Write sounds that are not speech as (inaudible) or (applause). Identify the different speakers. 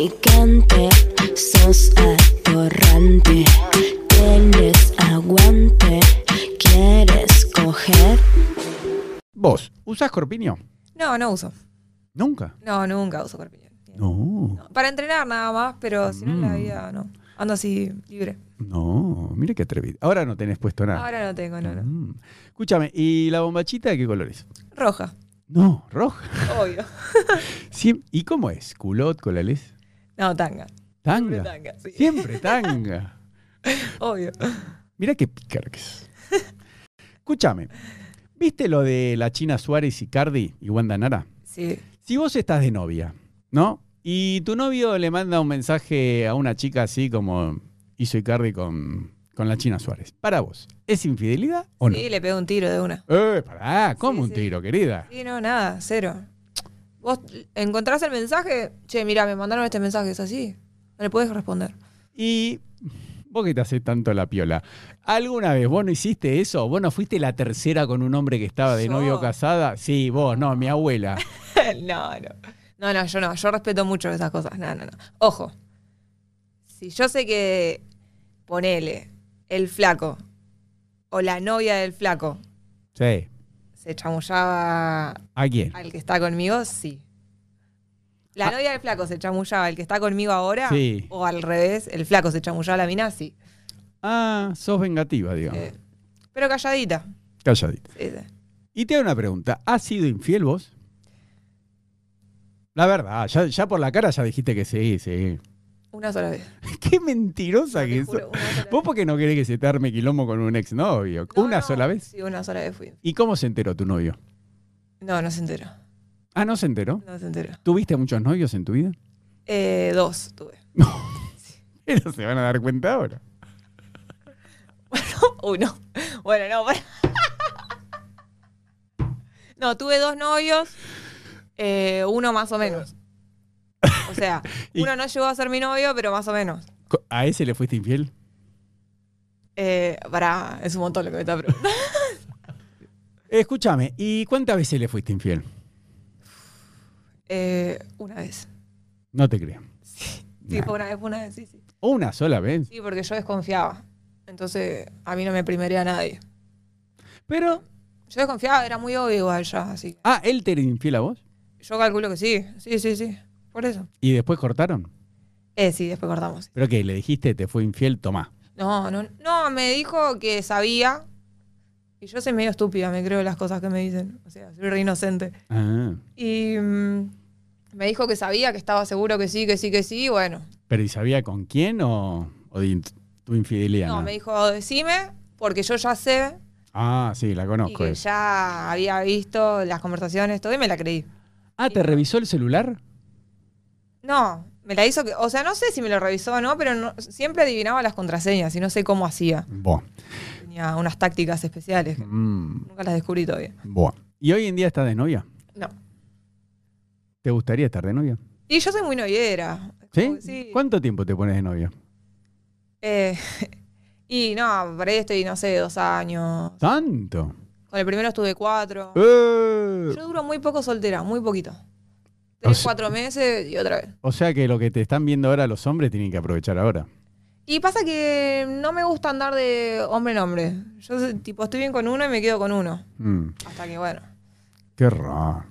Speaker 1: atorrante, sos atorrante. Tienes aguante, quieres coger.
Speaker 2: ¿Vos usás corpiño?
Speaker 3: No, no uso.
Speaker 2: Nunca.
Speaker 3: No, nunca uso corpiño.
Speaker 2: No,
Speaker 3: No, Para entrenar nada más, pero si no en la
Speaker 2: Mm.
Speaker 3: vida no. Ando así libre.
Speaker 2: no, mira qué atrevido. Ahora no tenés puesto nada.
Speaker 3: Ahora no tengo, no, no.
Speaker 2: Ah. Mm. Escúchame, ¿y la bombachita de qué color es?
Speaker 3: Roja,
Speaker 2: No, roja.
Speaker 3: obvio.
Speaker 2: (laughs) Siem- ¿Y cómo es? ¿Culot, colales?
Speaker 3: No, tanga. Siempre
Speaker 2: ¿Tanga?
Speaker 3: tanga, sí.
Speaker 2: Siempre tanga.
Speaker 3: Obvio.
Speaker 2: Mira qué pícaro que es. Escúchame, ¿viste lo de la China Suárez y Cardi y Wanda Nara?
Speaker 3: Sí.
Speaker 2: Si vos estás de novia, ¿no? Y tu novio le manda un mensaje a una chica así como hizo Icardi con, con la China Suárez. Para vos, ¿es infidelidad o no?
Speaker 3: Sí, le pego un tiro de una.
Speaker 2: Eh, pará, como un
Speaker 3: Sí, sí.
Speaker 2: tiro, querida.
Speaker 3: Sí, no, nada, cero. Vos encontrás el mensaje, che, mira, me mandaron este mensaje, es así. No le puedes responder.
Speaker 2: Y vos que te haces tanto la piola, ¿alguna vez vos no hiciste eso? ¿Vos no fuiste la tercera con un hombre que estaba de
Speaker 3: Yo.
Speaker 2: novio casada? Sí, vos, no, mi
Speaker 3: (laughs)
Speaker 2: abuela.
Speaker 3: no, no. No, no, yo no. Yo respeto mucho esas cosas. No, no, no. Ojo. Si yo sé que, ponele, el flaco o la novia del flaco
Speaker 2: Sí.
Speaker 3: se chamullaba
Speaker 2: ¿A quién?
Speaker 3: al que está conmigo, sí. La
Speaker 2: Ah.
Speaker 3: novia del flaco se chamullaba al que está conmigo ahora,
Speaker 2: Sí.
Speaker 3: o al revés, el flaco se chamullaba a la mina, sí.
Speaker 2: Ah, sos vengativa, digamos.
Speaker 3: Eh, pero calladita. eh,
Speaker 2: Calladita.
Speaker 3: Sí, sí.
Speaker 2: Y te hago una pregunta. ¿Has sido infiel vos? La verdad, ya, ya por la cara ya dijiste que sí, sí. (laughs)
Speaker 3: Una sola vez.
Speaker 2: Qué mentirosa que
Speaker 3: Te
Speaker 2: eso.
Speaker 3: juro, una sola vez.
Speaker 2: Vos porque no querés que se te arme quilombo con un exnovio.
Speaker 3: No,
Speaker 2: una
Speaker 3: no,
Speaker 2: sola vez.
Speaker 3: Sí, una sola vez fui.
Speaker 2: ¿Y cómo se enteró tu novio?
Speaker 3: No, no se enteró.
Speaker 2: Ah, no se enteró.
Speaker 3: No se enteró.
Speaker 2: ¿Tuviste muchos novios en tu vida? (laughs)
Speaker 3: Eh, dos tuve.
Speaker 2: Pero se van a dar cuenta ahora.
Speaker 3: Uno. (laughs) Bueno, (laughs) no, pará. No, tuve dos novios, eh, uno más o menos. O sea,
Speaker 2: Y-
Speaker 3: uno no llegó a ser mi novio, pero más o menos.
Speaker 2: Co- ¿A ese le fuiste infiel?
Speaker 3: Eh, pará, es un montón lo que me está preguntando.
Speaker 2: Escúchame, ¿y cuántas veces le fuiste infiel?
Speaker 3: (laughs) Eh, una vez.
Speaker 2: No te creo.
Speaker 3: Sí, fue una vez, fue una vez, sí, sí.
Speaker 2: ¿Una sola vez?
Speaker 3: Sí, porque yo desconfiaba. Entonces, a mí no me primeré a nadie.
Speaker 2: Pero,
Speaker 3: Yo desconfiaba, era muy obvio igual ya, así que.
Speaker 2: ah, ¿él te era infiel a vos?
Speaker 3: Yo calculo que sí, sí, sí, sí. Por eso.
Speaker 2: ¿Y después cortaron?
Speaker 3: Eh, sí, después cortamos.
Speaker 2: ¿Pero qué? ¿Le dijiste te fue infiel? Tomá.
Speaker 3: No, no, no, me dijo que sabía. Y yo soy medio estúpida, me creo las cosas que me dicen. O sea, soy re inocente.
Speaker 2: Ah,
Speaker 3: Y mm, me dijo que sabía, que estaba seguro que sí, que sí, que sí. Bueno,
Speaker 2: ¿pero y sabía con quién o, o de in- tu infidelidad?
Speaker 3: no,
Speaker 2: nada?
Speaker 3: me dijo, decime, porque yo ya sé
Speaker 2: Ah, sí, la
Speaker 3: y
Speaker 2: conozco.
Speaker 3: que
Speaker 2: esa.
Speaker 3: ya había visto las conversaciones, todo, y me la creí.
Speaker 2: Ah, ¿te revisó el celular?
Speaker 3: No, me la hizo que, o sea, no sé si me lo revisó o no, pero no- siempre adivinaba las contraseñas y no sé cómo hacía.
Speaker 2: Buah.
Speaker 3: Tenía unas tácticas especiales. que
Speaker 2: Mm,
Speaker 3: Nunca las descubrí todavía.
Speaker 2: buah. ¿Y hoy en día estás de novia?
Speaker 3: No.
Speaker 2: ¿Te gustaría estar de novia?
Speaker 3: Y yo soy muy noviera.
Speaker 2: ¿Sí?
Speaker 3: Como- Sí.
Speaker 2: ¿Cuánto tiempo te pones de novia?
Speaker 3: Eh, (laughs) y no, por ahí estoy, no sé, dos años.
Speaker 2: ¿Tanto?
Speaker 3: Con el primero estuve cuatro.
Speaker 2: Eh,
Speaker 3: Yo duro muy poco soltera, muy poquito.
Speaker 2: O
Speaker 3: Tres,
Speaker 2: sea-
Speaker 3: cuatro meses y otra vez.
Speaker 2: O sea que lo que te están viendo ahora los hombres tienen que aprovechar ahora.
Speaker 3: Y pasa que no me gusta andar de hombre en hombre. Yo, tipo, estoy bien con uno y me quedo con uno.
Speaker 2: Mm,
Speaker 3: Hasta que, bueno.
Speaker 2: qué raro.